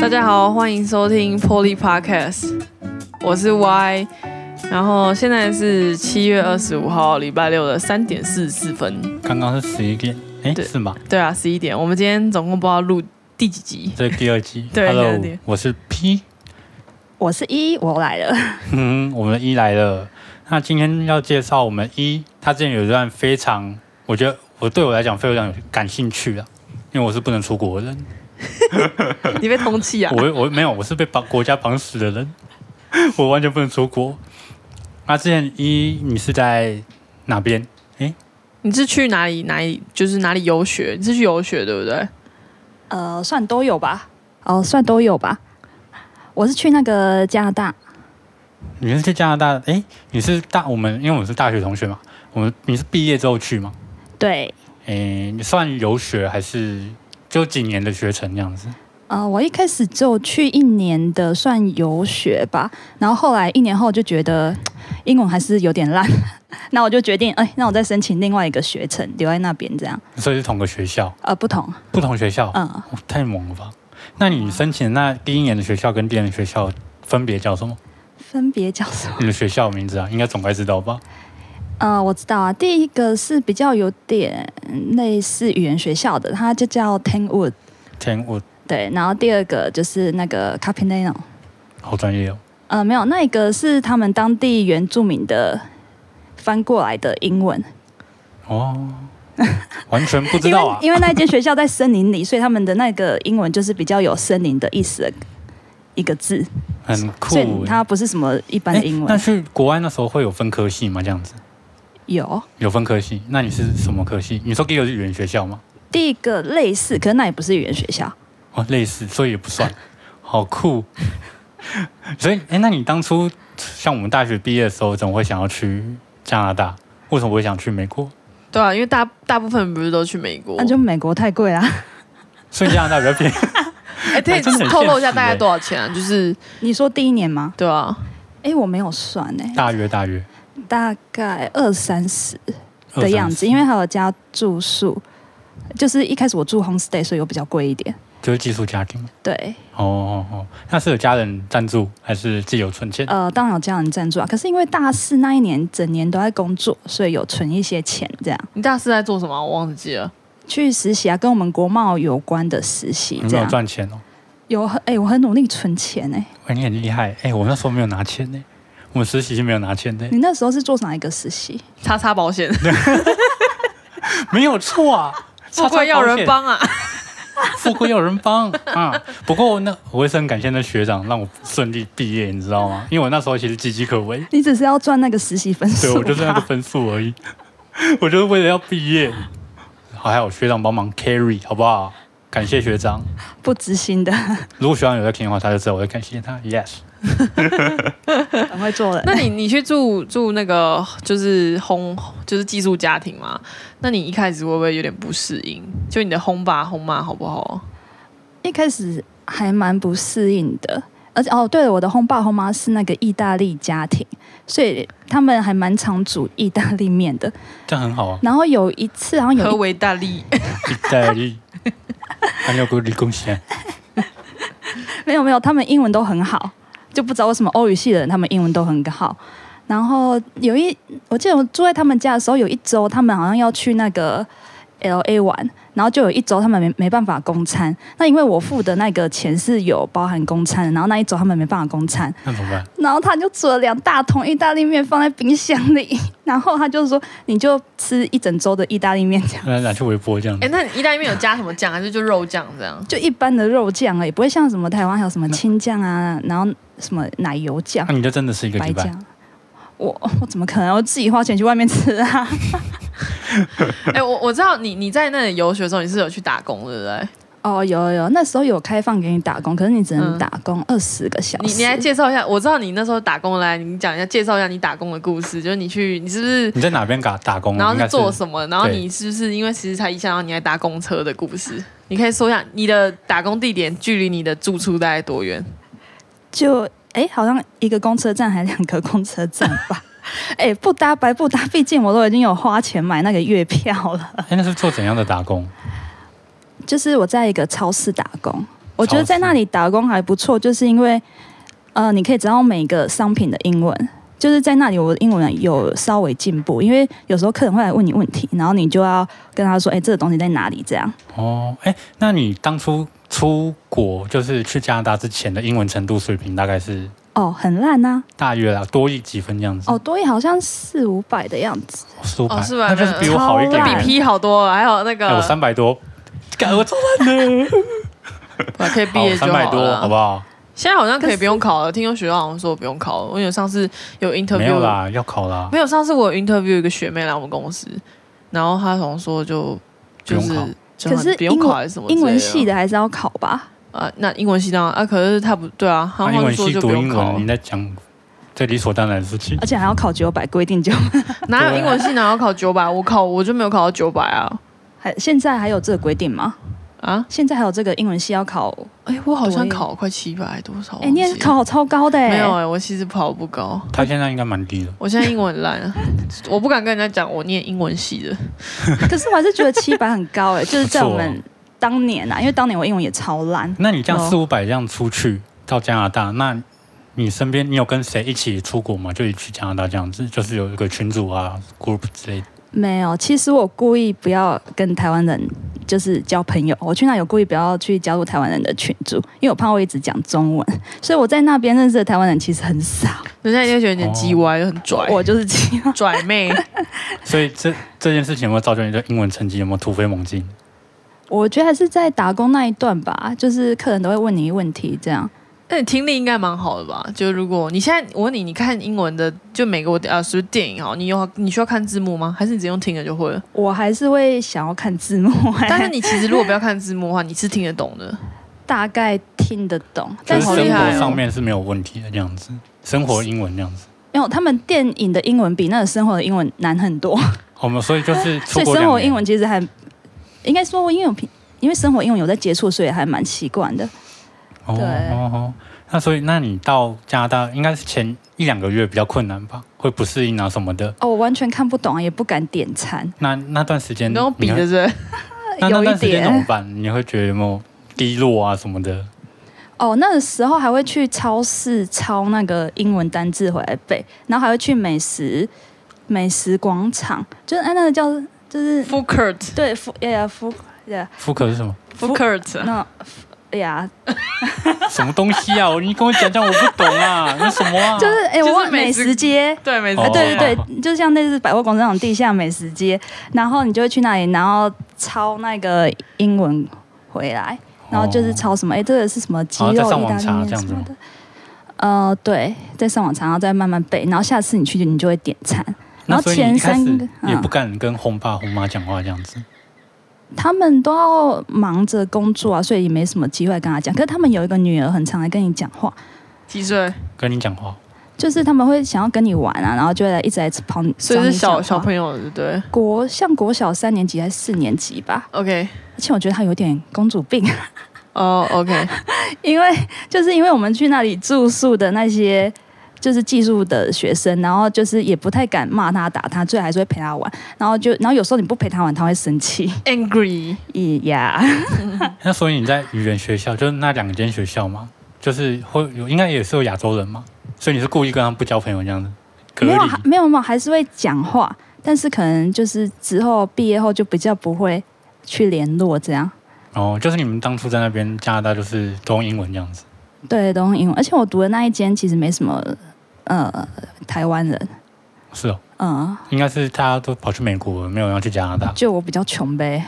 大家好，欢迎收听 Polly Podcast，我是 Y，然后现在是七月二十五号礼拜六的三点四十四分。刚刚是十一点，哎，对是吗？对啊，十一点。我们今天总共不知道录第几 集。这是第二集。 对 Hello，第二集我是 P，我是一，我来了。嗯，我们的一来了。那今天要介绍我们一，他之前有一段非常，我觉得我对我来讲非常有感兴趣啊，因为我是不能出国的人， 你被通气啊？我我没有，我是被绑国家绑死的人， 我完全不能出国。那之前一你是在哪边？你是去哪里？哪里就是哪里游学？你是去游学对不对？ 呃，算都有吧，哦，算都有吧。我是去那个加拿大，你是去加拿大？哎，你是大我们，因为我们是大学同学嘛，我们你是毕业之后去吗？对，诶，你算游学还是就几年的学程这样子？呃，我一开始只有去一年的算游学吧，然后后来一年后就觉得嗯英文还是有点烂， 那我就决定，哎、那我再申请另外一个学程留在那边，这样，所以是同个学校，呃，不同，不同学校，嗯、哦太猛了吧？那哦你申请那第一年的学校跟第二年的学校分别叫什么？分别叫什么？你的学校名字啊，应该总该知道吧？呃，我知道啊，第一个是比较有点类似语言学校的，它就叫 Tenwood，天，我对，然后第二个就是那个 Capinano。好专业哦。呃，没有，那一个是他们当地原住民的翻过来的英文，哦， 完全不知因为道啊。因为那间学校在森林里，所以他们的那个英文就是比较有森林的意思的一个字，很所以酷。欸它不是什么一般的英那文。去国外那时候会有分科系吗？这样子有有分科系？那你是什么科系？你说第一个是语言学校吗？第一个类似，可是那也不是语言学校。哦，类似，所以也不算，好酷。 所以，哎，那你当初像我们大学毕业的时候，怎么会想要去加拿大？为什么会想去美国？对啊，因为大大部分人不是都去美国啊那？就美国太贵啦！ 所以加拿大比较便宜。哎，可以哎真的很透露一下现实大概欸多少钱啊？就是你说第一年吗？对啊，哎，我没有算哎，大约大约大概二三十二的三样子，十因为还有加住宿，就是一开始我住 homestay，所以又比较贵一点。就是寄宿家庭嘛。对，哦哦哦，那是有家人赞助，还是自己有存钱？呃，当然有家人赞助啊，可是因为大四那一年整年都在工作，所以有存一些钱，这样你大四在做什么啊？我忘记了。去实习啊，跟我们国贸有关的实习你没这有样。赚钱哦？有很哎、我很努力存钱哎、哎，你很厉害。哎，我那时候没有拿钱呢，我们实习是没有拿钱的，你那时候是做哪一个实习？叉叉保险，没有错 啊。富贵要人帮啊！富贵要人帮 啊！不过那我也是很感谢那学长，让我顺利毕业，你知道吗？因为我那时候其实岌岌可危，你只是要赚那个实习分对数吧，我就是那个分数而已， 我就是为了要毕业。好，还有学长帮忙 carry，好不好？感谢学长。不知心的， 如果学长有在听的话，他就知道我在感谢他。Yes，很会做人。那你你去住住那个就是烘就是寄宿家庭嘛？那你一开始会不会有点不适应？就你的烘爸烘妈好不好？一开始还蛮不适应的，而且哦，对了，我的烘爸烘妈是那个意大利家庭，所以他们还蛮常煮意大利面的。这样很好啊。然后有一次好像有一何为大 利？意大利， 还有给我立功先。 没有没有，他们英文都很好，就不知道为什么欧语系的人他们英文都很好。然后有一，我记得我住在他们家的时候，有一周他们好像要去那个 L A 玩，然后就有一周他们没没办法供餐。那因为我付的那个钱是有包含供餐的，然后那一周他们没办法供餐，那怎么办？然后他就煮了两大桶意大利面放在冰箱里， 然后他就说你就吃一整周的意大利面这样。那拿去微波这样哎、子。那你意大利面有加什么酱，还是就肉酱这样？就一般的肉酱而已，不会像什么台湾还有什么青酱啊，然后什么奶油酱那。你就真的是一个白礼拜。讲，我 我怎么可能？我自己花钱去外面吃啊！ 哎、我我知道你你在那里游学的时候，你是有去打工对不对？哦，有有有，那时候有开放给你打工，可是你只嗯能打工二十个小时。你你来介绍一下，我知道你那时候打工来，你讲一下介绍一下你打工的故事，就是你去你是不是？你在哪边打打工啊？然后应该是是做什么？然后对你是不是因为其实才影响到你在搭公车的故事？你可以说一下你的打工地点距离你的住处大概多远？就哎，好像一个公车站还两个公车站吧。 哎，不搭白不搭，毕竟我都已经有花钱买那个月票了。哎，那是做怎样的打工？就是我在一个超市打工，我我觉得在那里打工还不错，就是因为呃，你可以知道每个商品的英文。就是在那里，我的英文有稍微进步，因为有时候客人会来问你问题，然后你就要跟他说：“哎、这个东西在哪里？”这样。哦，哎，那你当初出国就是去加拿大之前的英文程度水平大概是哦，很烂呐、大约啦多一几分这样子？嗯哦，，多益好像四五百的样子。四五百，哦四百那就是比我好一点超比烂欸。 P 好多了，还有那哎，我个三百多，干我超烂的。我可以毕好，业就三百好多，好不了。好？现在好像可以不用考了，听说学校好像说不用考了。我有上次有 interview，没有啦，要考啦没。有，上次我有 interview 一个学妹来我们公司，然后她同说就就不是用考就可很是不用英文考还是什么英文系的的还是要考吧？啊，那英文系当然啊，可是她不对啊，她啊英好像文说系就读不用英考啊文，，你在讲这理所当然的事情而。且还要考九百，规定就 哪有对啊英文系哪有考九百？我考我就没有考到九百啊还现在还有这个规定吗？啊！现在还有这个英文系要考？哎，我好像对考了快七百多少？哎、你也忘记是了考超高的哎、没有哎，我其实跑不高，他现在应该蛮低的。我现在英文很烂啊， 我不敢跟人家讲我念英文系的。可是我还是觉得七百很高 哎、就是在我不们当年啊，因为当年我英文也超烂，那你这样哦四五百这样出去到加拿大，那你身边你有跟谁一起出国吗？就一起去加拿大这样子，就是有一个群组啊、group 之类的。没有。其实我故意不要跟台湾人就是交朋友，我去那有故意不要去加入台湾人的群组，因为我怕我一直讲中文，所以我在那边认识的台湾人其实很少，人家一定会觉得你很鸡歪，就很拽，我就是这 样。拽妹。 所以这这件事情有没有造就你的英文成绩有没有突飞猛进？我觉得还是在打工那一段吧，就是客人都会问你问题这样。那你听力应该蛮好的吧？就如果你现在我问你，你看英文的，就每个我啊，是不是电影好？你有你需要看字幕吗？还是你只用听的就会了？我还是会想要看字幕、欸但是你其实如果不要看字幕的话，你是听得懂的。 大概听得懂，就但是好生厉害活哦上面是没有问题的这样子，生活英文这样子。没有他们电影的英文比那个生活的英文难很多，我们哦所以就是出所以国生两活年英文其实还应该说，因为有平，因为生活英文有在接触，所以还蛮习惯的。哦对哦哦，那所以那你到加拿大应该是前一两个月比较困难吧，会不适应啊什么的。哦，我完全看不懂啊，也不敢点餐，那那段时间你都用比的你会是不是？那那有一段时间怎么点。办？你会觉得有没有低落啊什么的？哦，那个时候还会去超市抄那个英文单字回来背，然后还会去美食美食广场，就是哎那个叫就是。 Full court，Full 对，福呀福呀，妇科是 什么？ court，那呀，什么东西啊？我你跟我讲讲，我不懂 啊，那什么啊？就是哎，就是我忘美美食食街。对，没哦错啊，，对对对，就像类似百货广场那种地下美食街，然后你就会去那里，然后抄那个英文回来，然后就是抄什么，哎、这个是什么鸡然后哦再肉上意网大利查面这样什子么吗的。呃，对，再上网查，然后再慢慢背，然后下次你去你就会点餐。那然后所以你前一开三始个也不嗯，敢跟红爸红妈讲话这样子。他们都要忙着工作啊，所以也没什么机会跟他讲。可是他们有一个女儿，很常来跟你讲话，几岁？跟你讲话，就是他们会想要跟你玩啊，然后就会来一直来跑你，所以找是你讲小话小朋友，对不对国像国小三年级还是四年级吧， ？OK，而且我觉得他有点公主病，哦，OK，因为 就是因为我们去那里住宿的那些就是技术的学生，然后就是也不太敢骂他打他，最后还是会陪他玩，然后就然后有时候你不陪他玩，他会生气， angry，咦呀，那所以你在语言学校，就是那两间学校嘛，就是会有应该也是有亚洲人嘛，所以你是故意跟他们不交朋友这样子，隔没有啊离还没有没有，还是会讲话，但是可能就是之后毕业后就比较不会去联络这样。哦，就是你们当初在那边加拿大就是都用英文这样子，对，都用英文，而且我读的那一间其实没什么呃台湾人，是哦，嗯、应该是大家都跑去美国了，没有人要去加拿大。就我比较穷呗，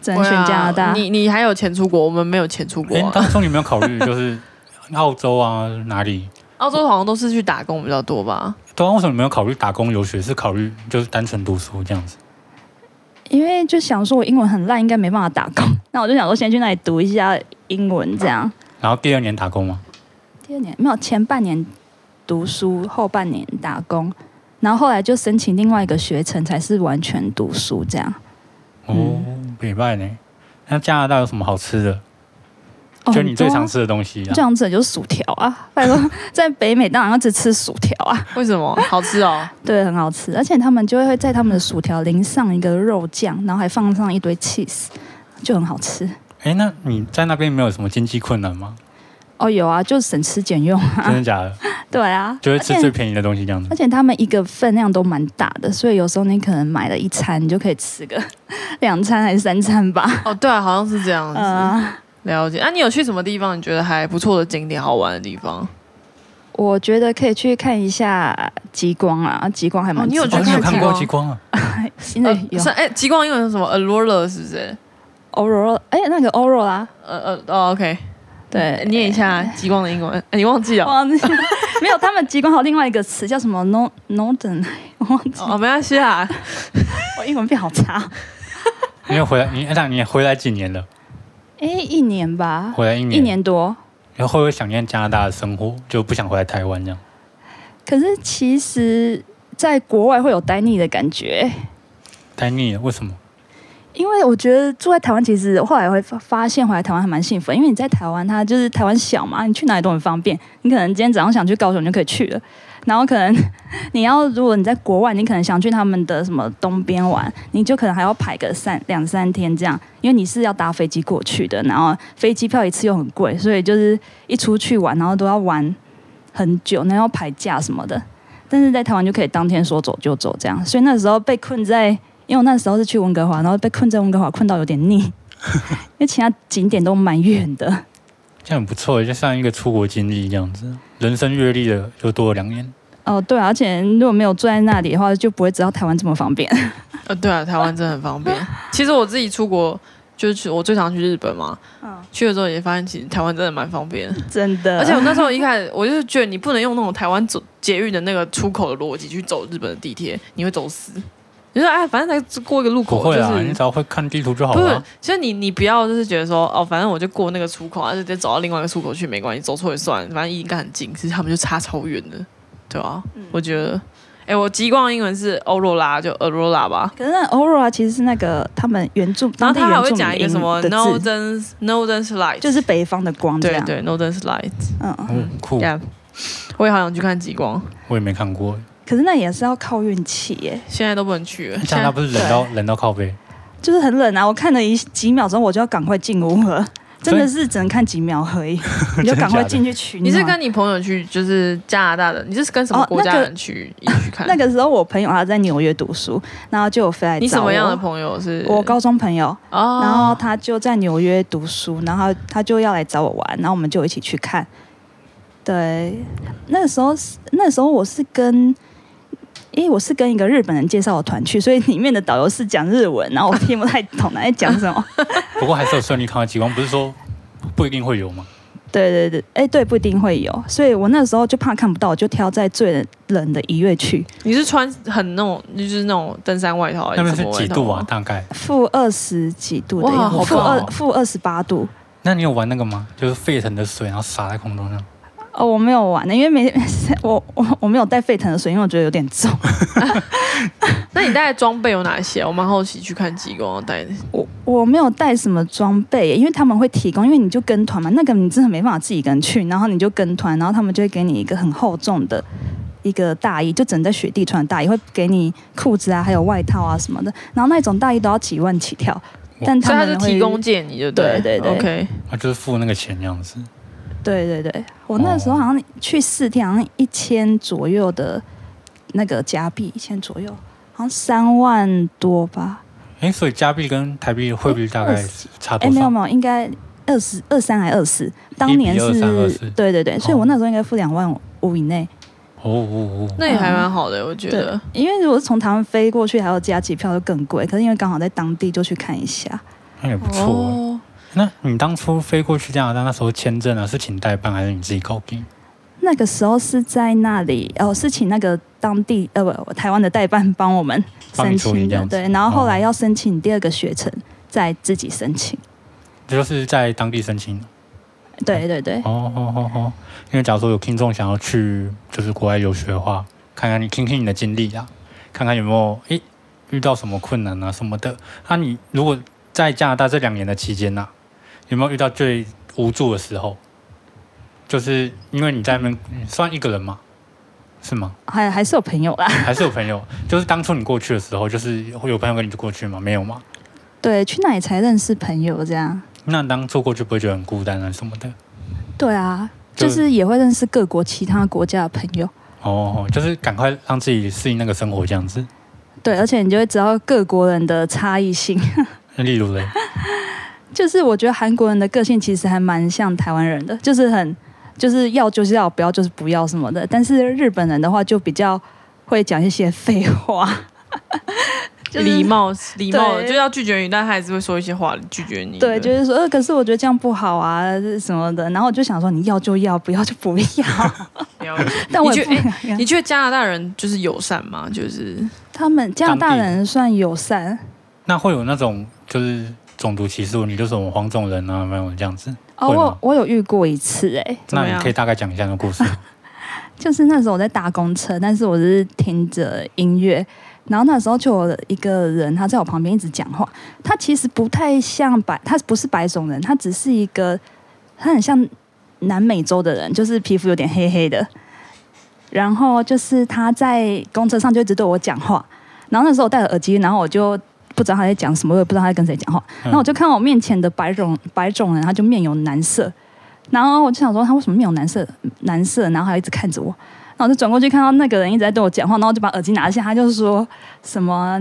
只能对选啊加拿大。你你还有钱出国，我们没有钱出国哎、啊。当初你有没有考虑就是 澳洲啊哪里？澳洲好像都是去打工比较多吧？对啊，为什么你没有考虑打工留学？是考虑就是单纯读书这样子？因为就想说我英文很烂，应该没办法打工， 那我就想说先去那里读一下英文，这样。然后第二年打工吗？第二年没有，前半年读书，后半年打工，然后后来就申请另外一个学程，才是完全读书这样。哦，嗯礼拜呢？那加拿大有什么好吃的？哦就你最常很多啊吃的东西啊？最常吃的就是薯条啊！拜托， 在北美当然要只吃薯条啊，为什 么？好吃哦。对，很好吃。而且他们就会在他们的薯条淋上一个肉酱，然后还放上一堆 cheese，就很好吃。哎，那你在那边没有什么经济困难吗？哦，有啊，就省吃俭用 真啊，的假的？对啊，就会而吃且最便宜的东西这样子而。且他们一个分量都蛮大的，所以有时候你可能买了一餐，你就可以吃个两餐还是三餐 吧。哦，对啊，好像是这样子。呃，了解。那、啊你有去什么地方？你觉得还不错的景点、好玩的地方？我觉得可以去看一下极光啊，极光还蛮哦值你得、有哦，你有去看看过极极光啊？ 因为嗯有是哎、极光英文是什么？Aurora 是不是？ Aurora，哎、那个 Aurora，啊呃呃哦，OK，对，念一 下极光的英文。哎你忘记了？忘记 没有，他们极光还有另外一个词叫什么 “no northern”，我忘记，哦，没关系啊。我英文变好差哦。你有回来？你那你回来几年了？ 哎、一年吧，回来一年，一，年多。然后会不会想念加拿大的生活，就不想回来台湾这样？可是其实，在国外会有呆腻的感觉，太腻了，为什么？因为我觉得住在台湾，其实后来会发发现回来台湾还蛮幸福的，因为你在台湾，它就是台湾小嘛，你去哪里都很方便。你可能今天早上想去高雄，你就可以去了。然后可能你要，如果你在国外，你可能想去他们的什么东边玩，你就可能还要排个三两三天这样，因为你是要搭飞机过去的，然后飞机票一次又很贵，所以就是一出去玩，然后都要玩很久，然后要排假什么的。但是在台湾就可以当天说走就走这样，所以那时候被困在，因为我那时候是去温哥华，然后被困在温哥华困到有点腻， 因为其他景点都蛮远的。这样很不错，就像一个出国经历这样子，人生阅历的就多了两年。哦，对啊、而且如果没有住在那里的话，就不会知道台湾这么方 便。呃，对啊，台湾真的很 方便。其实我自己出国，就是去我最常去日本嘛。嗯去了之后也发现，其实台湾真的蛮方便的。真的，而且我那时嗯候一开始，我就是觉得你不能用那种台湾走捷运的那个出口的逻辑去走日本的地铁，你会走死。你就说哎，反正才过一个路不口，会就啊，是你只啊要会看地图就好不了、是，其实你你不要就是觉得说哦，反正我就过那个出口，啊，就直接走到另外一个出口去没关系，走错也算，反正应该很近。其实他们就差超远的，对啊，嗯我觉得，哎、我极光的英文是欧若拉，就 Aurora 吧。可是那 Aurora 其实是那个他们原住，然后当他地还原会住讲一个民什么的字 Northern Northern Light，就是北方的光这对样。对 Northern Light，嗯，嗯，酷， yeah，我也好想去看极光，我也没看过。可是那也是要靠运气耶，现在都不能去了。现加嗯啊拿大在不是冷到冷到靠背，就是很冷啊。我看了一几秒钟，我就要赶快进屋了，真的是只能看几秒 而已，你就真的赶快假的进去取暖。你是跟你朋友去，就是加拿大的，你是跟什么哦国家那的个人去、一起去看？那个时候我朋友他在纽约读书，然后就有飞来找我。你什么样的朋友是？我高中朋友，哦，然后他就在纽约读书，然后他就要来找我玩，然后我们就一起去看。对，那时候是那时候我是跟，因为我是跟一个日本人介绍的团去，所以里面的导游是讲日文，然后我听不太懂他在讲什 么。不过还是有顺利看到极光，不是说不一定会有吗？对对对，哎，对，不一定会有，所以我那时候就怕看不到，我就挑在最冷的一月去，你是穿很那种，就是那种登山外套还那边是是哎什么外几套度啊？吗？大概？负二十几度的哇样子，好负棒二哦负二十八度。那你有玩那个吗？就是沸腾的水，然后洒在空中上。哦，我没有玩的，因为没我我我没有带沸腾的水，因为我觉得有点重。那你带的装备有哪些啊？我蛮好奇去看极光要带的。我我没有带什么装备耶，因为他们会提供，因为你就跟团嘛，那个你真的没办法自己一个人去，然后你就跟团，然后他们就会给你一个很厚重的一个大衣，就只能在雪地穿的大衣，会给你裤子啊，还有外套啊什么的，然后那种大衣都要几万起跳，但所以他们是会提供借你就了对对对 OK，啊，就是付那个钱这样子。对对对，我那时候好像去四天，好像一千左右的那个加币，一千左右，好像三万多吧。哎，所以加币跟台币汇率大概诶差啊哎、多没有少？没有，应该二十二三还二四，当年是23 24对对对，所以我那时候应该付两万五以内，哦哦哦，那也还蛮好的，我觉得。因为如果是从台湾飞过去，还要加机票就更贵。可是因为刚好在当地，就去看一下。那也不错。啊哦，那你当初飞过去加拿大那时候签证啊，是请代办还是你自己搞定？那个时候是在那里，哦，是请那个当地呃不台湾的代办帮我们帮你申处理请这的样，子对，然后后来哦要申请第二个学程，再自己申请。 就是在当地申请。对对对，哦哦哦哦，因为假如说有听众想要去就是国外留学的话，看看你听听你的经历啊，看看有没有诶遇到什么困难啊什么的。那、你如果在加拿大这两年的期间呐、有没有遇到最无助的时候？就是因为你在那边你算一个人嘛，是吗？还还是有朋友啦。还是有朋友？就是当初你过去的时候，就是会有朋友跟你就过去吗？没有吗？对，去那里才认识朋友这样。那当初过去不会觉得很孤单啊什么的？对啊，就就是也会认识各国其他国家的朋友。哦，就是赶快让自己适应那个生活这样子。对，而且你就会知道各国人的差异性。 那例如嘞，就是我觉得韩国人的个性其实还蛮像台湾人的，就是很就是要就是要，不要就是不要什么的。但是日本人的话就比较会讲一些废话， 就是礼貌礼貌对就要拒绝你，但他还是会说一些话拒绝你。对，就是说，呃，可是我觉得这样不好啊，什么的。然后我就想说，你要就要，不要就 不要。了解但我也你不觉想要你觉得加拿大人就是友善吗？就是他们加拿大当地人算友善那会有那种就是种族歧视，你就是我们黄种人啊，没有这样子。哦，会吗我我有遇过一次、哎，怎么那样你可以大概讲一下那个 故事吗。就是那时候我在搭公车，但是我是听着音乐，然后那时候就有一个人他在我旁边一直讲话，他其实不太像白，他不是白种人，他只是一个，他很像南美洲的人，就是皮肤有点黑黑的。然后就是他在公车上就一直对我讲话，然后那时候我戴了耳机，然后我就不知道他在讲什么，我也不知道他在跟谁讲话。然后我就看到我面前的白种白种人，他就面有难色，然后我就想说他为什么面有难色难色，然后还一直看着我，然后我就转过去看到那个人一直在对我讲话，然后我就把耳机拿下，他就说什么。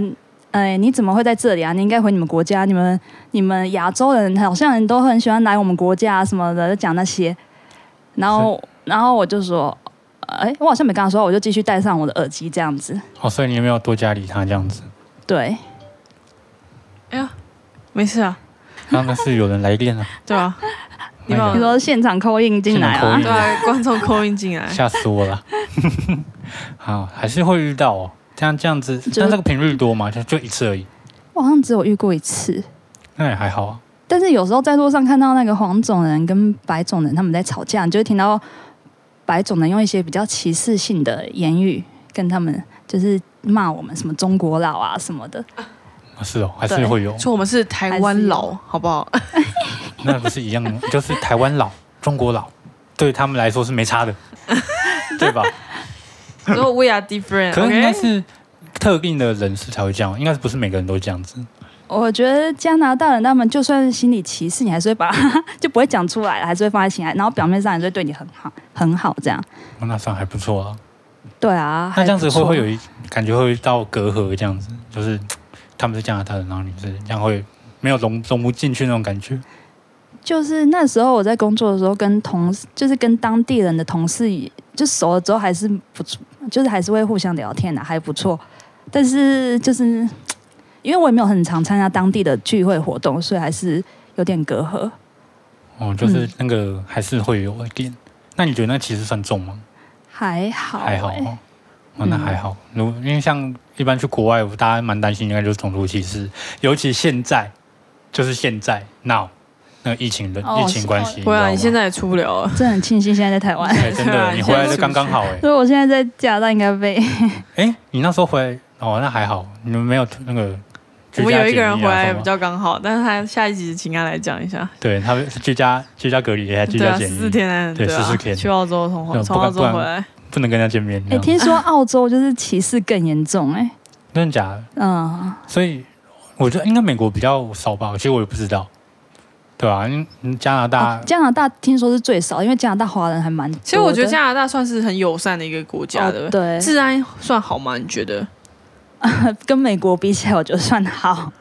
哎，你怎么会在这里啊？你应该回你们国家。你们、你们亚洲人好像人都很喜欢来我们国家、啊、什么的，就讲那些。然后，然后我就说，哎，我好像没跟他说话，我就继续戴上我的耳机这样子。哦，所以你有没有多加理他这样子？对，哎呀，没事啊，然后那是有人来 练啊，对啊，你那帮个我你说现场扣印进来现场 call 啊 in 对啊，观众扣音 进来，吓死我了。好，还是会遇到哦。这样这样子，就那这个频率多吗？就就一次而已，我好像只有遇过一次，那也还好啊。但是有时候在路上看到那个黄种人跟白种人他们在吵架，你就会听到白种人用一些比较歧视性的言语跟他们就是骂我们什么中国佬啊什么的。啊是哦，还是对会有，说我们是台湾佬，好不 好？那不是一样吗？ 就是台湾佬、中国佬，对他们来说是 没差的，对吧？所以 we are different，可是应该 OK？是特定的人士才会这样，应该是不是每个人都这样子？我觉得加拿大人他们就算心理歧视，你还是会把它就不会讲出来，还是会放在心里，然后表面上还是会对你很好，很好这样。哦那算还不错啊。对啊，那这样子还不会错不会有一感觉会到隔阂这样子？就是他们是加拿大人，然后你是这样会没有融融不进去那种感觉？就是那时候我在工作的时候，跟同事就是跟当地人的同事也，就熟了之后还是不错，就是还是会互相聊天的、啊还不错。但是就是因为我也没有很常参加当地的聚会活动，所以还是有点隔阂。哦，就是嗯那个还是会有一点。那你觉得那其实算重吗？还好、欸，还好哦，哦那嗯还好。如因为像一般去国外，大家蛮担心，应该就是种族歧视，尤其现在就是现在 now 那个疫情的、哦疫情关系，不会啊，你现在在也出不了啊。真的很庆幸现在在台湾，哎真对啊 的，你回来现在的是刚刚好哎所以我现在在加拿大应该被哎，你那时候回来哦，那还好，你们没有那个我居家检疫们啊。有一个人回来什么比较刚好，但是他下一集请他来讲一下。对，他们是居家居家隔离，哎还居对家啊，检十四疫，天啊，对对啊， 14天去澳洲从对从不澳敢洲不敢回来，不能跟人家见面。哎、这样听说澳洲就是歧视更严重哎、真的假的？嗯，所以我觉得应该美国比较少吧，其实我也不知道，对吧、因为加拿大、哦加拿大听说是最少，因为加拿大华人还蛮多的。其实我觉得加拿大算是很友善的一个国家的哦，对，治安算好吗？你觉得？跟美国比起来，我觉得算好。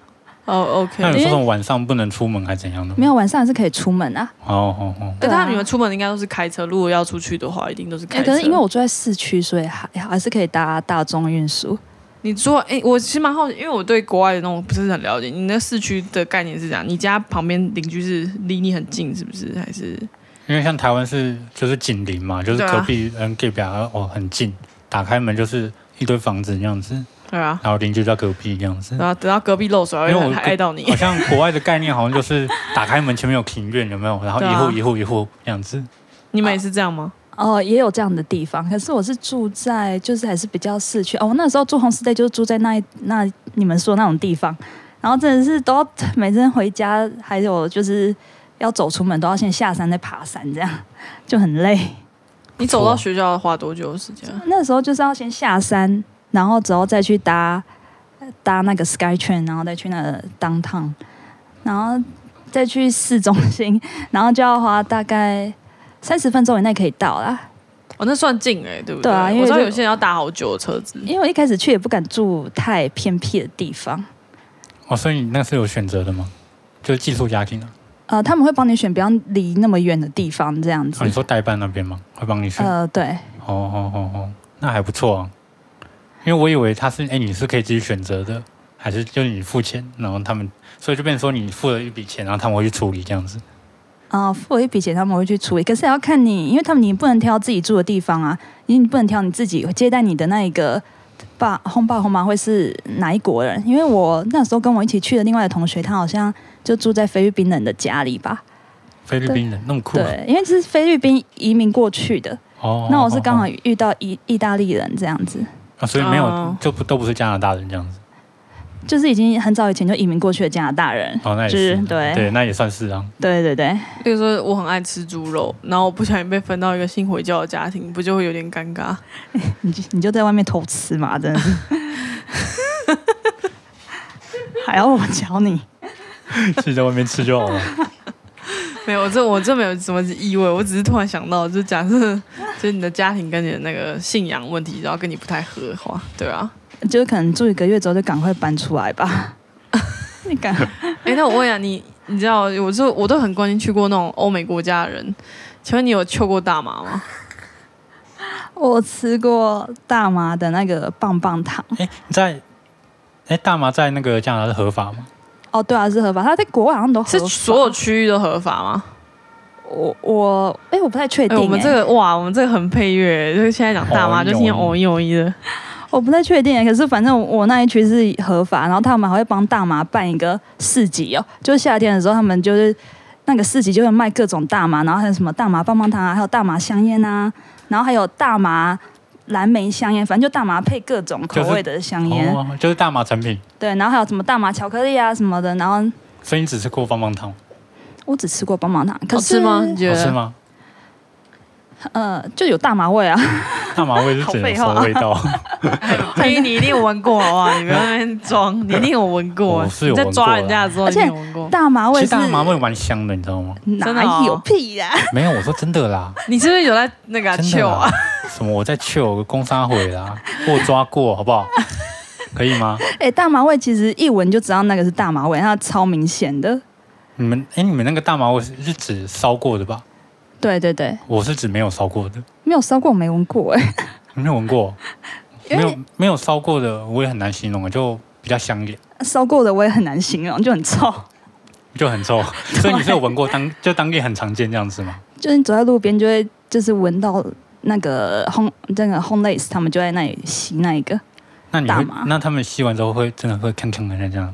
哦那有，OK。说因为什么晚上不能出门还是怎样的吗？没有晚上还是可以出门啊。哦哦哦，可对他啊们你们出门应该都是开车，如果要出去的话，一定都是哎、开车。可是因为我住在市区，所以还还是可以搭大众运输。你住哎、我其实蛮好奇，因为我对国外的那种不是很了解。你那市区的概念是这样，你家旁边邻居是离你很近，是不是？还是因为像台湾是就是紧邻嘛，就是对啊隔壁嗯隔壁啊哦很近，打开门就是一堆房子这样子，对啊？然后邻居就在隔壁这样子。然后等到隔壁漏水，因为还我还爱到你啊好。像国外的概念好像就是打开门前面有庭院有没有？然后对一啊户一户一户这样子。你们也是这样吗？哦，也有这样的地方，可是我是住在就是还是比较市区哦。我那时候住 homestay 就是住在那一那你们说那种地方，然后真的是都要每天回家，还有就是要走出门都要先下山再爬山，这样就很累。你走到学校要花多久的时间？那时候就是要先下山，然后之后再去搭搭那个 Sky Train，然后再去那个 downtown，然后再去市中心，然后就要花大概三十分钟以内可以到啦。哦，那算近哎、对不对啊因为我知道就有些人要搭好久的车子，因为我一开始去也不敢住太偏僻的地方，哦，所以你那是有选择的吗？就是寄宿家庭啊？呃，他们会帮你选不要离那么远的地方这样子哦，。你说代办那边吗？会帮你选？哦呃，对，哦哦哦，那还不错啊。因为我以为他是，哎，你是可以自己选择的，还是就是你付钱，然后他们，所以就变成说你付了一笔钱，然后他们会去处理这样子。呃，付了一笔钱他们会去处理，可是也要看你，因为他们你不能挑自己住的地方啊，因为你不能挑你自己接待你的那一个爸轰爸轰妈会是哪一国人？因为我那时候跟我一起去的另外的同学，他好像就住在菲律宾人的家里吧？菲律宾人那么酷、啊，对，因为这是菲律宾移民过去的，哦，那我是刚好哦、遇到意意大利人这样子。哦所以没有，哦就不都不是加拿大人这样子。就是已经很早以前就移民过去的加拿大人。哦，那也就是是，对对，那也算是啊。 对对对，比如说我很爱吃猪肉，然后我不小心被分到一个信回教的家庭，不就会有点尴尬？你就你就在外面偷吃嘛，真的是。 还要我教你？自己在外面吃就好了。 没有，我这我这没有什么意味，我只是突然想到，就假设就是你的家庭跟你的那个信仰问题，然后跟你不太合的话，对啊。就是可能住一个月之后就赶快搬出来 吧。你赶哎、那我问一下你，你知道，我就我都很关心去过那种欧美国家的人，请问你有嗅过大麻吗？我吃过大麻的那个棒棒糖。哎，你在哎大麻在那个加拿大是合法吗？哦，对啊，是合法，它在国外好像都合是法。所有区域都合法吗？我我哎、我不太确哎、定、我们哎这个哇，我们这个很配乐，欸就是现在讲大麻哦就听见有哦一哦一的。我不太确定，可是反正我那一区是合法，然后他们还会帮大麻办一个市集哦，就是夏天的时候，他们就是那个市集就会卖各种大麻，然后还有什么大麻棒棒糖啊，还有大麻香烟啊，然后还有大麻蓝莓香烟，反正就大麻配各种口味的香烟，哦，就是大麻产品，对，然后还有什么大麻巧克力啊什么的，然后所以你只吃过棒棒糖，我只吃过棒棒糖，可好是吃吗？你觉好得？吃 哦吗？呃，就有大麻味啊， 大麻味是好怎废么话味 道？哎、你一定有闻过好不好？你不要在那 边装，你一定有闻过。我是有你在闻过抓啦人家的时候，而你且有闻过。大麻其味实是大麻味蛮香的，你啊知道吗？真的哪哦有屁呀、 没有，我说真的啦，你是不是有在那个真的秀啊啦？。什么？我在 chill 攻杀毁 啦，我抓过，好不好？可以吗？哎、大麻味其实一闻就知道那个是大麻味，它超明显的。你们哎，你们那个大麻味是是指烧过的吧？对对对，我是指没有烧过的，没有烧过，我没闻过哎、 你没有闻过，因为没有没有烧过的，我也很难形容啊，就比较香一点，烧过的我也很难形容，就很臭。就很 臭。所以你是有闻过当就当地很常见这样子吗？就是你走在路边就会，就是闻到那个烘那个烘 lace，他们就在那里吸那一个。那你大会麻那他们吸完之后会真的会吭吭的这样？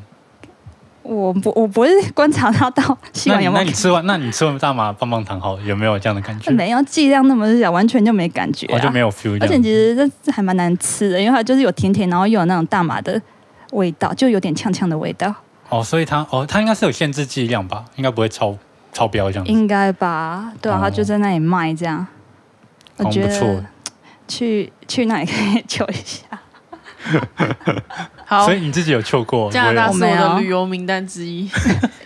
我不我不会观察它到 吸那完你有没那有你吃完那你吃完大麻棒棒糖后有没有这样的感觉？没有剂量那么小，完全就没感觉、哦我就啊。没有 feel 这而且样其子。实这这还蛮难吃的，因为它就是有甜甜，然后又有那种大麻的味道，就有点呛呛的味道，哦，所以它哦，它应该是有限制剂量吧，应该不会超超标这样子。应该吧？对啊，哦它就在那里卖这样。我好像觉不错得，去去那里可以 求一下。好啊所，以你自己有嗅过？加拿我大也是我的旅游名单之一，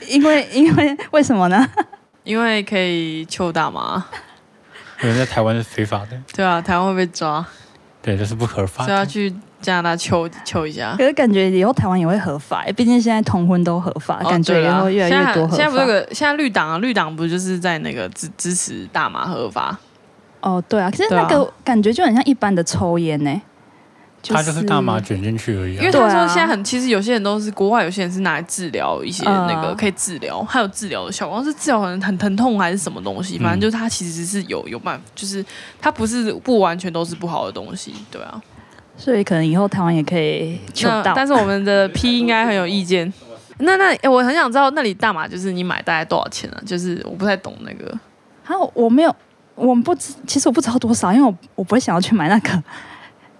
因为因为为什么呢？ 因为可以抽大麻。有人在台湾是非法的，对啊，台湾会被抓，对，这是不合法所以要啊的。去加拿大抽抽一下。可是感觉以后台湾也会合法，毕竟现在同婚都合法，哦啊感觉对以啦后越来越多啊合法。现在现在不是有个现在绿党啊，绿党不就是在那个支支持大麻合法？哦，对啊，可是对啊那个感觉就很像一般的抽烟呢、它就是大麻卷进去而已、因为他啊。对说啊现在很，其实有些人都是国外，有些人是拿来治疗一些嗯那个可以治疗，还有治疗的效果，好像是治疗很很疼痛还是什么东西，嗯反正就是它其实是有有办法，就是它不是不完全都是不好的东西，对啊。所以可能以后台湾也可以求那到。但是我们的 P 应该很有意 见。那那、诶我很想知道那里大麻就是你买大概多少钱啊？就是我不太懂那个。还有啊我没有，我不知，其实我不知道多少，因为我我不会想要去买那个。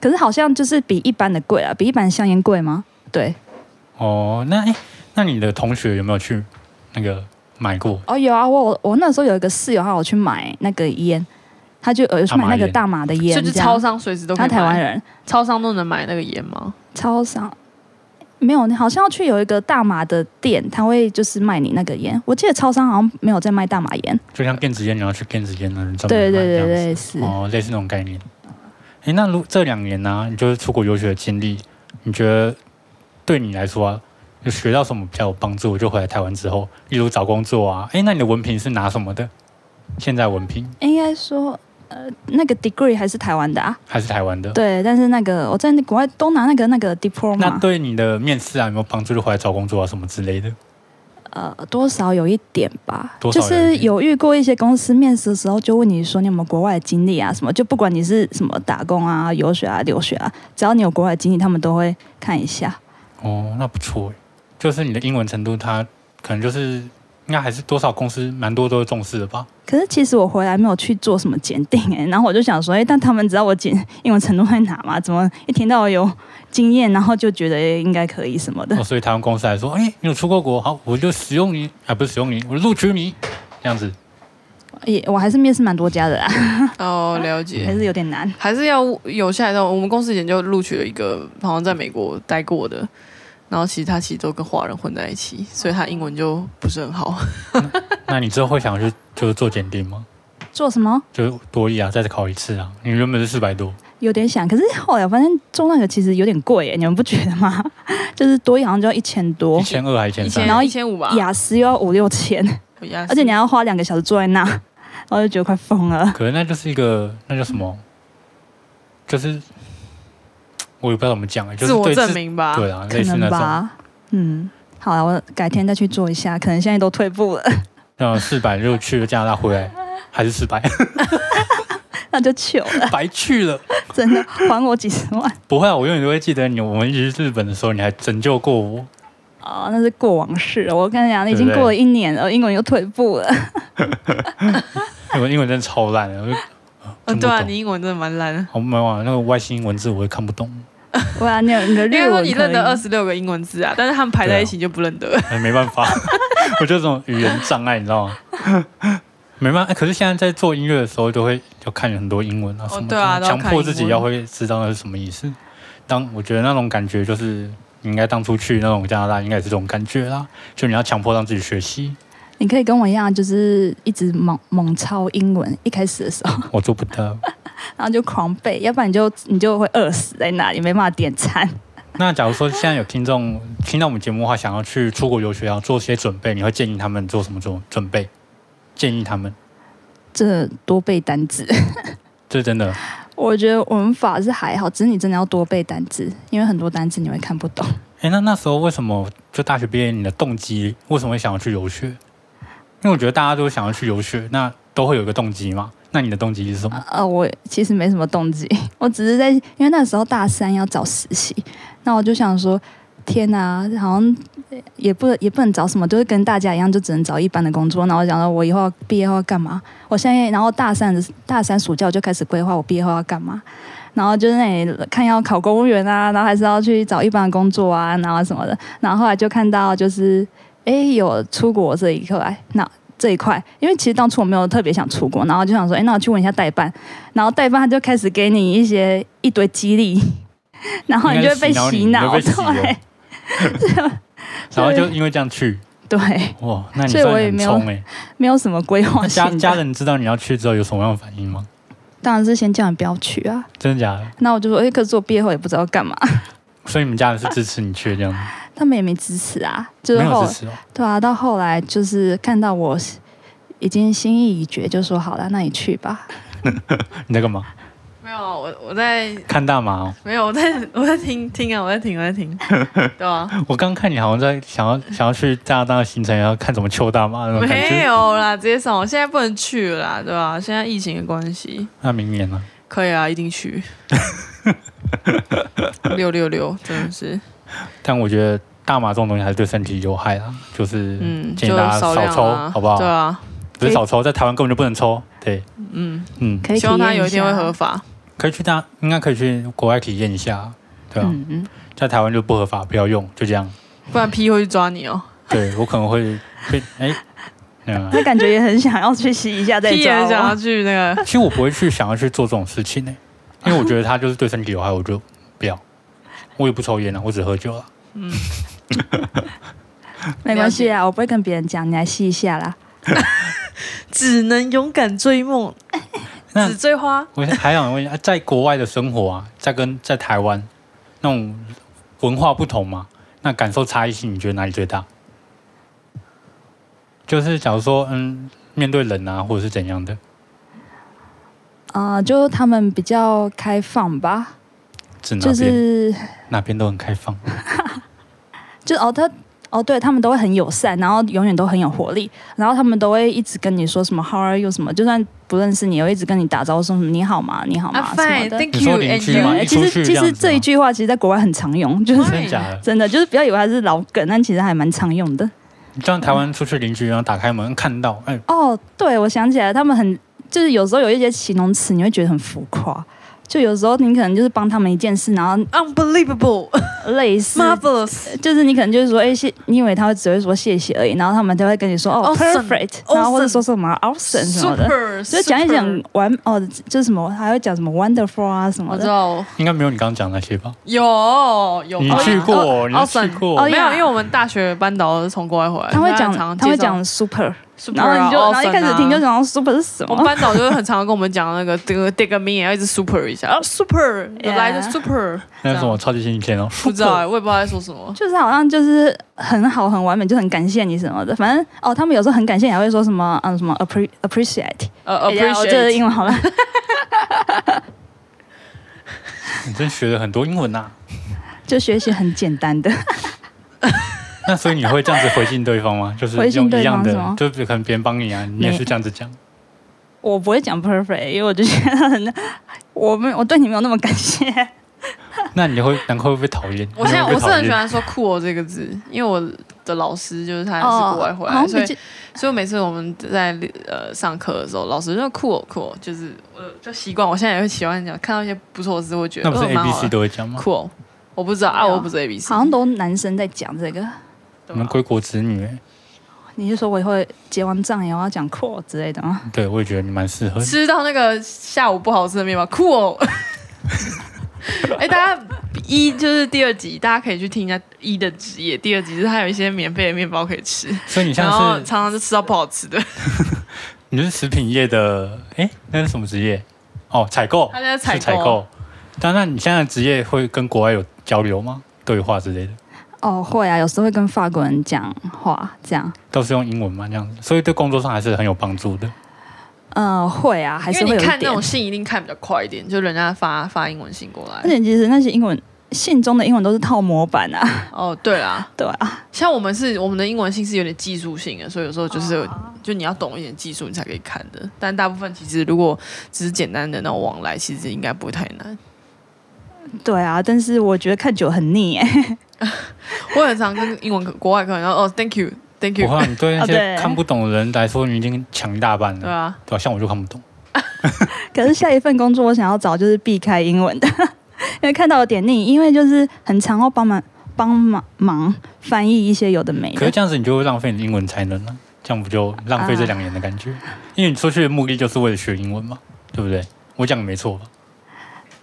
可是好像就是比一般的贵啊，比一般的香烟贵吗？对，哦，那哎、那你的同学有没有去那个买过？哦有啊，我我那时候有一个室友，他有去买那个烟，他就呃有去买那个大大麻的烟，就是这样超商随时都可以他买。台湾人，超商都能买那个烟吗？超商没有，你好像要去有一个大麻的店，他会就是卖你那个烟。我记得超商好像没有在卖大麻烟。就像电子烟，你要去电子烟的人专门对对卖这对，样子类似。哦，类似那种概念。诶，那如这两年呢、你就是出国游学的经历，你觉得对你来说啊，有学到什么比较有帮助？就回来台湾之后，例如找工作啊，诶，那你的文凭是拿什么的？现在文凭应该说，呃，那个 degree 还是台湾的啊。还是台湾的？对，但是那个我在国外都拿那个那个那 diploma，对你的面试啊有没有帮助？就回来找工作啊什么之类的？呃，多少有一点吧。多少就有一点是有遇过一些公司面试的时候，就问你说你有没有国外的经历啊什么，就不管你是什么打工啊、游学啊、留学啊，只要你有国外的经历，他们都会看一下。哦，那不错诶，就是你的英文程度，它可能就是应该还是多少公司蛮多都重视的吧？可是其实我回来没有去做什么检定哎、然后我就想说，哎、但他们知道我检英文程度在哪嘛？怎么一听到我有经验，然后就觉得、诶应该可以什么的哦，？所以台湾公司来说，哎、你有出过国，好，我就使用你，啊，不是使用你，我录取你，这样子。也我还是面试蛮多家的啦，哦，了还解。是有点难。还是要有下一段。我们公司以前就录取了一个好像在美国待过的，然后其实他其实都跟华人混在一起，所以他英文就不是很好。 那你之后会想去就是做检定吗？做什么？就是多一啊，再考一次啊。你原本是四百多，有点想，可是后来我发现中那个其实有点贵耶，你们不觉得吗？ 就是多一好像就要一千多一，千二还一千一千，三然？后一千五吧，雅思又要五六千，我压死而且你还要花两个小时坐在那， 然后就觉得快疯了。可能那就是一个那叫什么？就是我也不知道怎么讲、欸，就自是我对证明吧。对啊，可类似那能种，吧，嗯，好了，我改天再去做一下，可能现在都退步了， 那四百就去了加拿大回来。还是四百， 那就糗了，白去了。真的还我几十万 不会啊，我永远都会记得你。我们一起去日本的时候，你还拯救过我。哦，那是过往事了。我跟你讲，已经对不对过了一年了，英文又退步了， 我英文真的超烂的，我就呃听不对啊，懂你英文真的蛮烂 的。好没有啊，那个外星文字我也看不懂，哇，你有你的日应该文说可你以认得二十六个英文字啊，但是他们排在一起你就不认得。哎没办法， 我就这种语言障碍，你知道吗？没办法，哎可是现在在做音乐的时候，就会就看很多英文啊哦什么的，对啊都要强看迫自己英文要会知道那是什么意思。当我觉得那种感觉就是。你应该当初去那种加拿大，应该也是这种感觉啦。就你要强迫让自己学习，你可以跟我一样，就是一直猛猛抄英文，一开始的时候，我做不到。然后就狂背，要不然你就你就会饿死在那里，没办法点餐。那假如说现在有听众听到我们节目的话，想要去出国留学，要做些准备，你会建议他们做什么准准备？建议他们， 这多背单字，这真的我觉得文法是还好，只是你真的要多背单字，因为很多单字你会看不懂。哎，那那时候为什么就大学毕业，你的动机为什么会想要去游学？因为我觉得大家都想要去游学，那都会有一个动机嘛。那你的动机是什么？ 呃，我其实没什么动机，我只是在因为那时候大三要找实习，那我就想说，天哪、好像也不也不能找什么，就是跟大家一样，就只能找一般的工作。然后我想说，我以后要毕业后要干嘛？我现在然后大三的大三暑假我就开始规划我毕业后要干嘛，然后就是那里看要考公务员啊，然后还是要去找一般的工作啊，然后什么的。然后后来就看到就是，诶，有出国这一块，那。这一块，因为其实当初我没有特别想出国，然后就想说，诶，那我去问一下代办，然后代办他就开始给你一些一堆激励，然后你就会被洗应该脑，是洗脑你你会被洗对然后就因为这样去， 对，哇，那你所以算我也很没有冲哎、没有什么规划那性 家家的。人知道你要去之后有什么样的反应吗？当然是先叫你不要去啊。真的假的？那我就说，哎、可是我毕业后也不知道干嘛， 所以你们家人是支持你去这样，他们也没支持啊。就是没有后支持哦。对啊，到后来就是看到我已经心意已决，就说好了，那你去吧。你在干嘛？没有啊，我我在看大麻哦。没有我在我在听听啊，我在听我在 听，对啊，我刚看你好像在想要想要去加拿大的行程，要看怎么抽大麻那种感没觉。有啦，直接上网，现在不能去了啦，对吧、现在疫情的关系，那明年呢？可以啊，一定 去。六六六，真的是，但我觉得大麻这种东西还是对身体有害啦，就是嗯，建就议大家少少量抽，啊，好不好？对啊，不是少抽，在台湾根本就不能抽。对，嗯，嗯，可以希望它哎体验有一天会下合法。可以去大，应该可以去国外体验一下，对啊，嗯嗯，在台湾就不合法，不要用，就这样。不然 P 会去抓你哦。 对我可能会被哎，嗯，他感觉也很想要去洗一 下再啊 P 也抓很想要我。去那个，其实我不会去想要去做这种事情呢、因为我觉得它就是对身体有害，我就不要。我也不抽烟了、我只喝酒了、啊嗯， 没关系啊，我不会跟别人讲，你来试一下啦。只能勇敢追梦，那只追花。我还想问一下，在国外的生活啊，在跟在台湾那种文化不同嘛，那感受差异性，你觉得哪里最大？就是假如说，嗯，面对人啊，或者是怎样的，啊、就他们比较开放吧，是哪就边、是哪边都很开放。就哦，他哦，对他们都会很友善，然后永远都很有活力，然后他们都会一直跟你说什么 “How are you” 什么，就算不认识你，也会一直跟你打招呼说什么“你好吗？你好吗？”啊什么的。 ，Fine，Thank 你 you 说 and 邻居对 you 吗。哎一其出实去其这样实子这吗一句话其实在国外很常用， 就是真的假的？真的就是不要以为它是老梗，但其实还蛮常用的。你像台湾出去邻居，然后打开门看到，哎，哦，对，我想起来，他们很就是有时候有一些形容词，你会觉得很浮夸。就有时候你可能就是帮他们一件事，然后 Unbelievable，Marvelous，类似，就是你可能就是说，哎、谢，你以为他会只会说谢谢而已，然后他们都会跟你说，哦 Awesome， ，perfect，然后或者 awesome 说什么 awesome 什么的， super，就讲一讲完哦，就是什么还会讲什么 wonderful 啊什么我知的。道应该没有你刚刚讲那些吧？有有你吧去过，哦你去 awesome 过，哦没有，呀因为我们大学班导是从国外回来，他会很常讲，他会介绍讲 super， super 然啊，后你就，然后一 awesome 开始啊听就想到 super 是什 我们么？班导就是很常跟我们讲那个 dig dig a me，要一直 super 一下，啊 super，有来就 Yeah super，那是什么超级新鲜哦，不知道欸，我也不知道在说什么。就是好像就是很好很完美，就很感谢你什么的。反正哦，他们有时候很感谢，还会说什么嗯什么 appre appreciate，呃哎呀我这英，appreciate，文好了。你真学了很多英文啊呐、 就学习很简单的，那所以你会这样子回敬对方吗？就是回用敬一对样方的是吗，就可能别人帮你啊，你也是这样子讲。我不会讲 perfect，因为我就觉得很，我没有我对你没有那么感谢。那你会难怪会被讨厌。我现在你会我被是讨厌很喜欢说酷哦这个字，因为我的老师就是他也是国外回来，哦好所像以比较所以我每次我们在呃上课的时候，老师就酷哦酷哦，就是我就习惯，我现在也会喜欢讲，看到一些不错的字，我觉得那不是呃 A 蛮 B 好 C 的都会讲吗？酷哦，我不知道啊，对啊我不是 A B C，好像都男生在讲这个。我对吧们归国子女、欸，你就说我以后结完账以后要讲 cool 之类的吗？对我也觉得你蛮适合。吃到那个下午不好吃的面包，酷哦！ 哎、大家一就是第二集，大家可以去听一下一的职业。第二集就是还有一些免费的面包可以吃，所以你然后像是常常就吃到不好吃的。你是食品业的，哎、那是什么职业？哦，采购他，在是采购采购。但那你现在的职业会跟国外有交流吗？对话之类的，哦，会啊，有时候会跟法国人讲话，这样，都是用英文吗？这样子，所以对工作上还是很有帮助的。嗯、会啊，还是因为会有你一看那点种。信一定看比较快一点，就人家发发英文信过而来。且其实那些英文信中的英文都是套模板啊， 哦，对啦，对啊，像我们是我们的英文信是有点技术性的，所以有时候就是、啊就你要懂一点技术，你才可以看的。但大部分其实如果只是简单的那种往来，其实应该不会太难。对啊。但是我觉得看久很腻哎、我很常跟英文课国外课，然后哦，thank you，thank 不 you，会啊，你对那哦些对看不懂的人来说，你已经强一大半了。对啊，对啊，像我就看不懂。 可是下一份工作我想要找就是避开英文的， 因为看到有点腻，因为就是很常要帮忙帮忙忙翻译一些有的没可是的。这样子你就会浪费你的英文才能了、这样不就浪费这两年的感觉？啊因为你出去的目的就是为了学英文嘛，对不对？我讲的没错吧？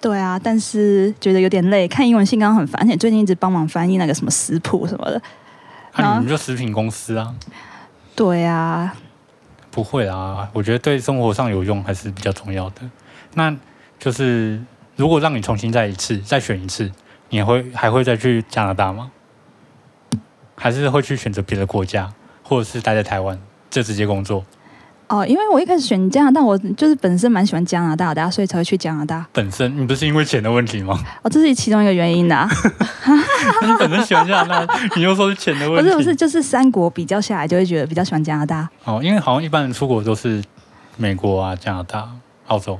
对啊，但是觉得有点累，看英文信刚刚很烦，而且最近一直帮忙翻译那个什么食谱什么的。啊，啊你们就食品公司啊，对啊，不会啦，我觉得对生活上有用还是比较重要的。那就是如果让你重新再一次再选一次，你会还会再去加拿大吗？还是会去选择别的国家，或者是待在台湾就直接工作？哦，因为我一开始选加拿大，我就是本身蛮喜欢加拿大的、啊，所以才会去加拿大。本身你不是因为钱的问题吗？哦，这是其中一个原因 的、啊，你本身喜欢加拿大，你又说是钱的不问题。是不是，就是三国比较下来，就会觉得比较喜欢加拿大。哦，因为好像一般人出国都是美国啊、加拿大、澳洲，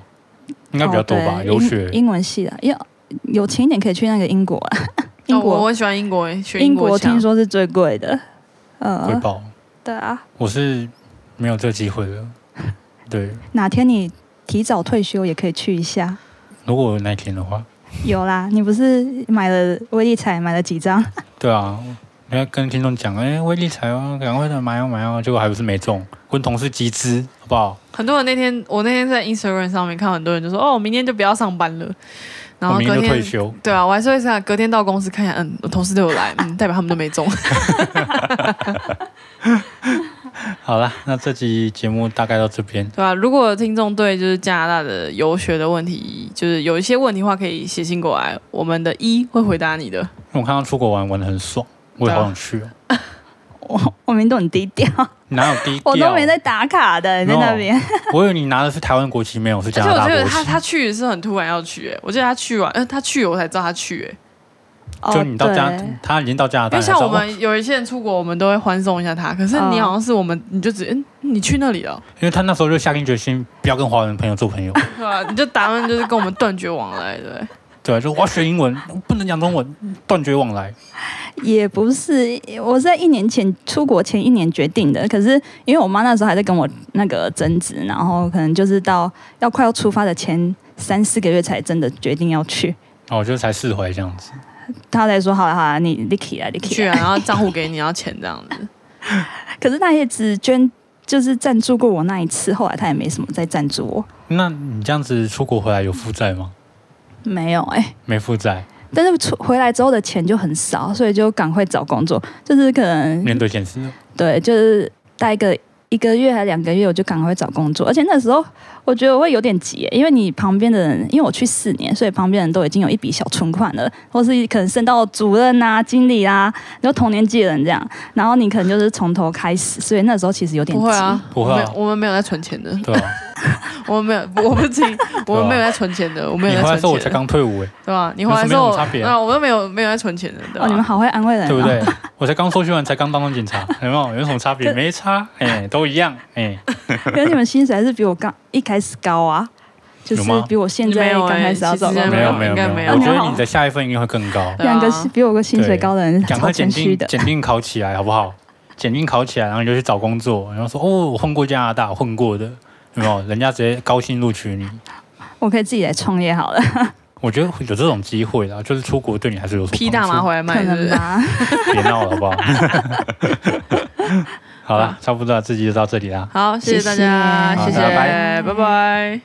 应该比较多吧？哦对留学英英文系的，要有钱一点可以去那个英国 啊，英哦、我国、很喜欢英国，学英国国腔听说是最贵的。汇呃，报，对啊，我是没有这个机会的。对，哪天你提早退休也可以去一下。如果有那一天的话，有啦，你不是买了威力彩买了几张？对啊，我要跟听众讲，哎、威力彩哦，赶快的买哦买哦，结果还不是没中，跟同事集资，好不好？很多人那天我那天在 Instagram 上面看，很多人就说哦，明天就不要上班了，然然后我明隔天就退天休，对啊，我还是会想隔天到公司看一下，嗯，我同事都有来，嗯，代表他们都没中。好了，那这集节目大概到这边。对啊，如果听众对就是加拿大的游学的问题，就是有一些问题的话，可以写信过来，我们的一会回答你的。因为我看到出国玩玩的很爽，我也好想去、哦。我我明明都很 低调，哪有低调？我都没在打卡的，你在那 边。我以为你拿的是台湾国旗，没有是而加且拿我大觉国得旗。他他去是很突然要去、欸，我记得他去完，嗯、他去我才知道他去、欸，哦就你到加，对他已经到加拿因大为了，像我哦们有一些人出国，我们都会欢送一下他，可是你嗯好像是我们，你就只嗯，你去那里了，因为他那时候就下定决心不要跟华人朋友 做朋友，对吧、你就打算就是跟我们断绝往来，对不 对。对，就我要学英文，不能讲中文，断绝往来。也不是，我是在一年前出国前一年决定的。可是因为我妈那时候还在跟我那个争执，然后可能就是到要快要出发的前三四个月才真的决定要去。哦，就才释怀这样子。她才说：“好了好了，你你起来，你起去来。啊，然后账户给你，要钱这样 子。 可是她也只捐，就是赞助过我那一次，后来她也没什么再赞助我。 那你这样子出国回来有负债吗？没有哎、没负债，但是出回来之后的钱就很少，所以就赶快找工作，就是可能面对现实。对，就是待个一个月还两个月，我就赶快找工作。而且那时候我觉得我会有点急耶，因为你旁边的人，因为我去四年，所以旁边人都已经有一笔小存款了，或是可能升到主任啊、经理啊，然后同年纪的人这样，然后你可能就是从头开始，所以那时候其实有点不急。会啊，不会我啊们我们没有在存钱的，对啊，我们没有，我不听，我们没有在存钱的，我们你 没有回来在的时候我存才钱的，刚退伍哎、对吧？你回来之后有什么差，别啊那我们没有没有在存钱的，对哦，你们吧？好会安慰人、哦，对不？ 对？我才刚收学完，才刚当上警察，有没有？有什么差别？这没差，哎、都一样，哎、可是你们薪水还是比我刚一开始高啊，就是有吗比我现在没有刚欸开始要找其工实作没 有没有没有应该没没有，有我觉得你的下一份应该会更高。对啊两个是比我薪水高的 人，赶超快检谦虚定的。检定考起来好不好？检定考起来，然后你就去找工作，然后说哦，我混过加拿大，混过的，有没有？人家直接高薪录取你。我可以自己来创业好了，我觉得有这种机会啦，就是出国对你还是有所帮助。批大麻回来 可卖，是不能是？吧？别闹了好不好？ 好啦，差不多了，这集就到这里啦。好，谢谢大家，谢谢谢谢，好拜拜。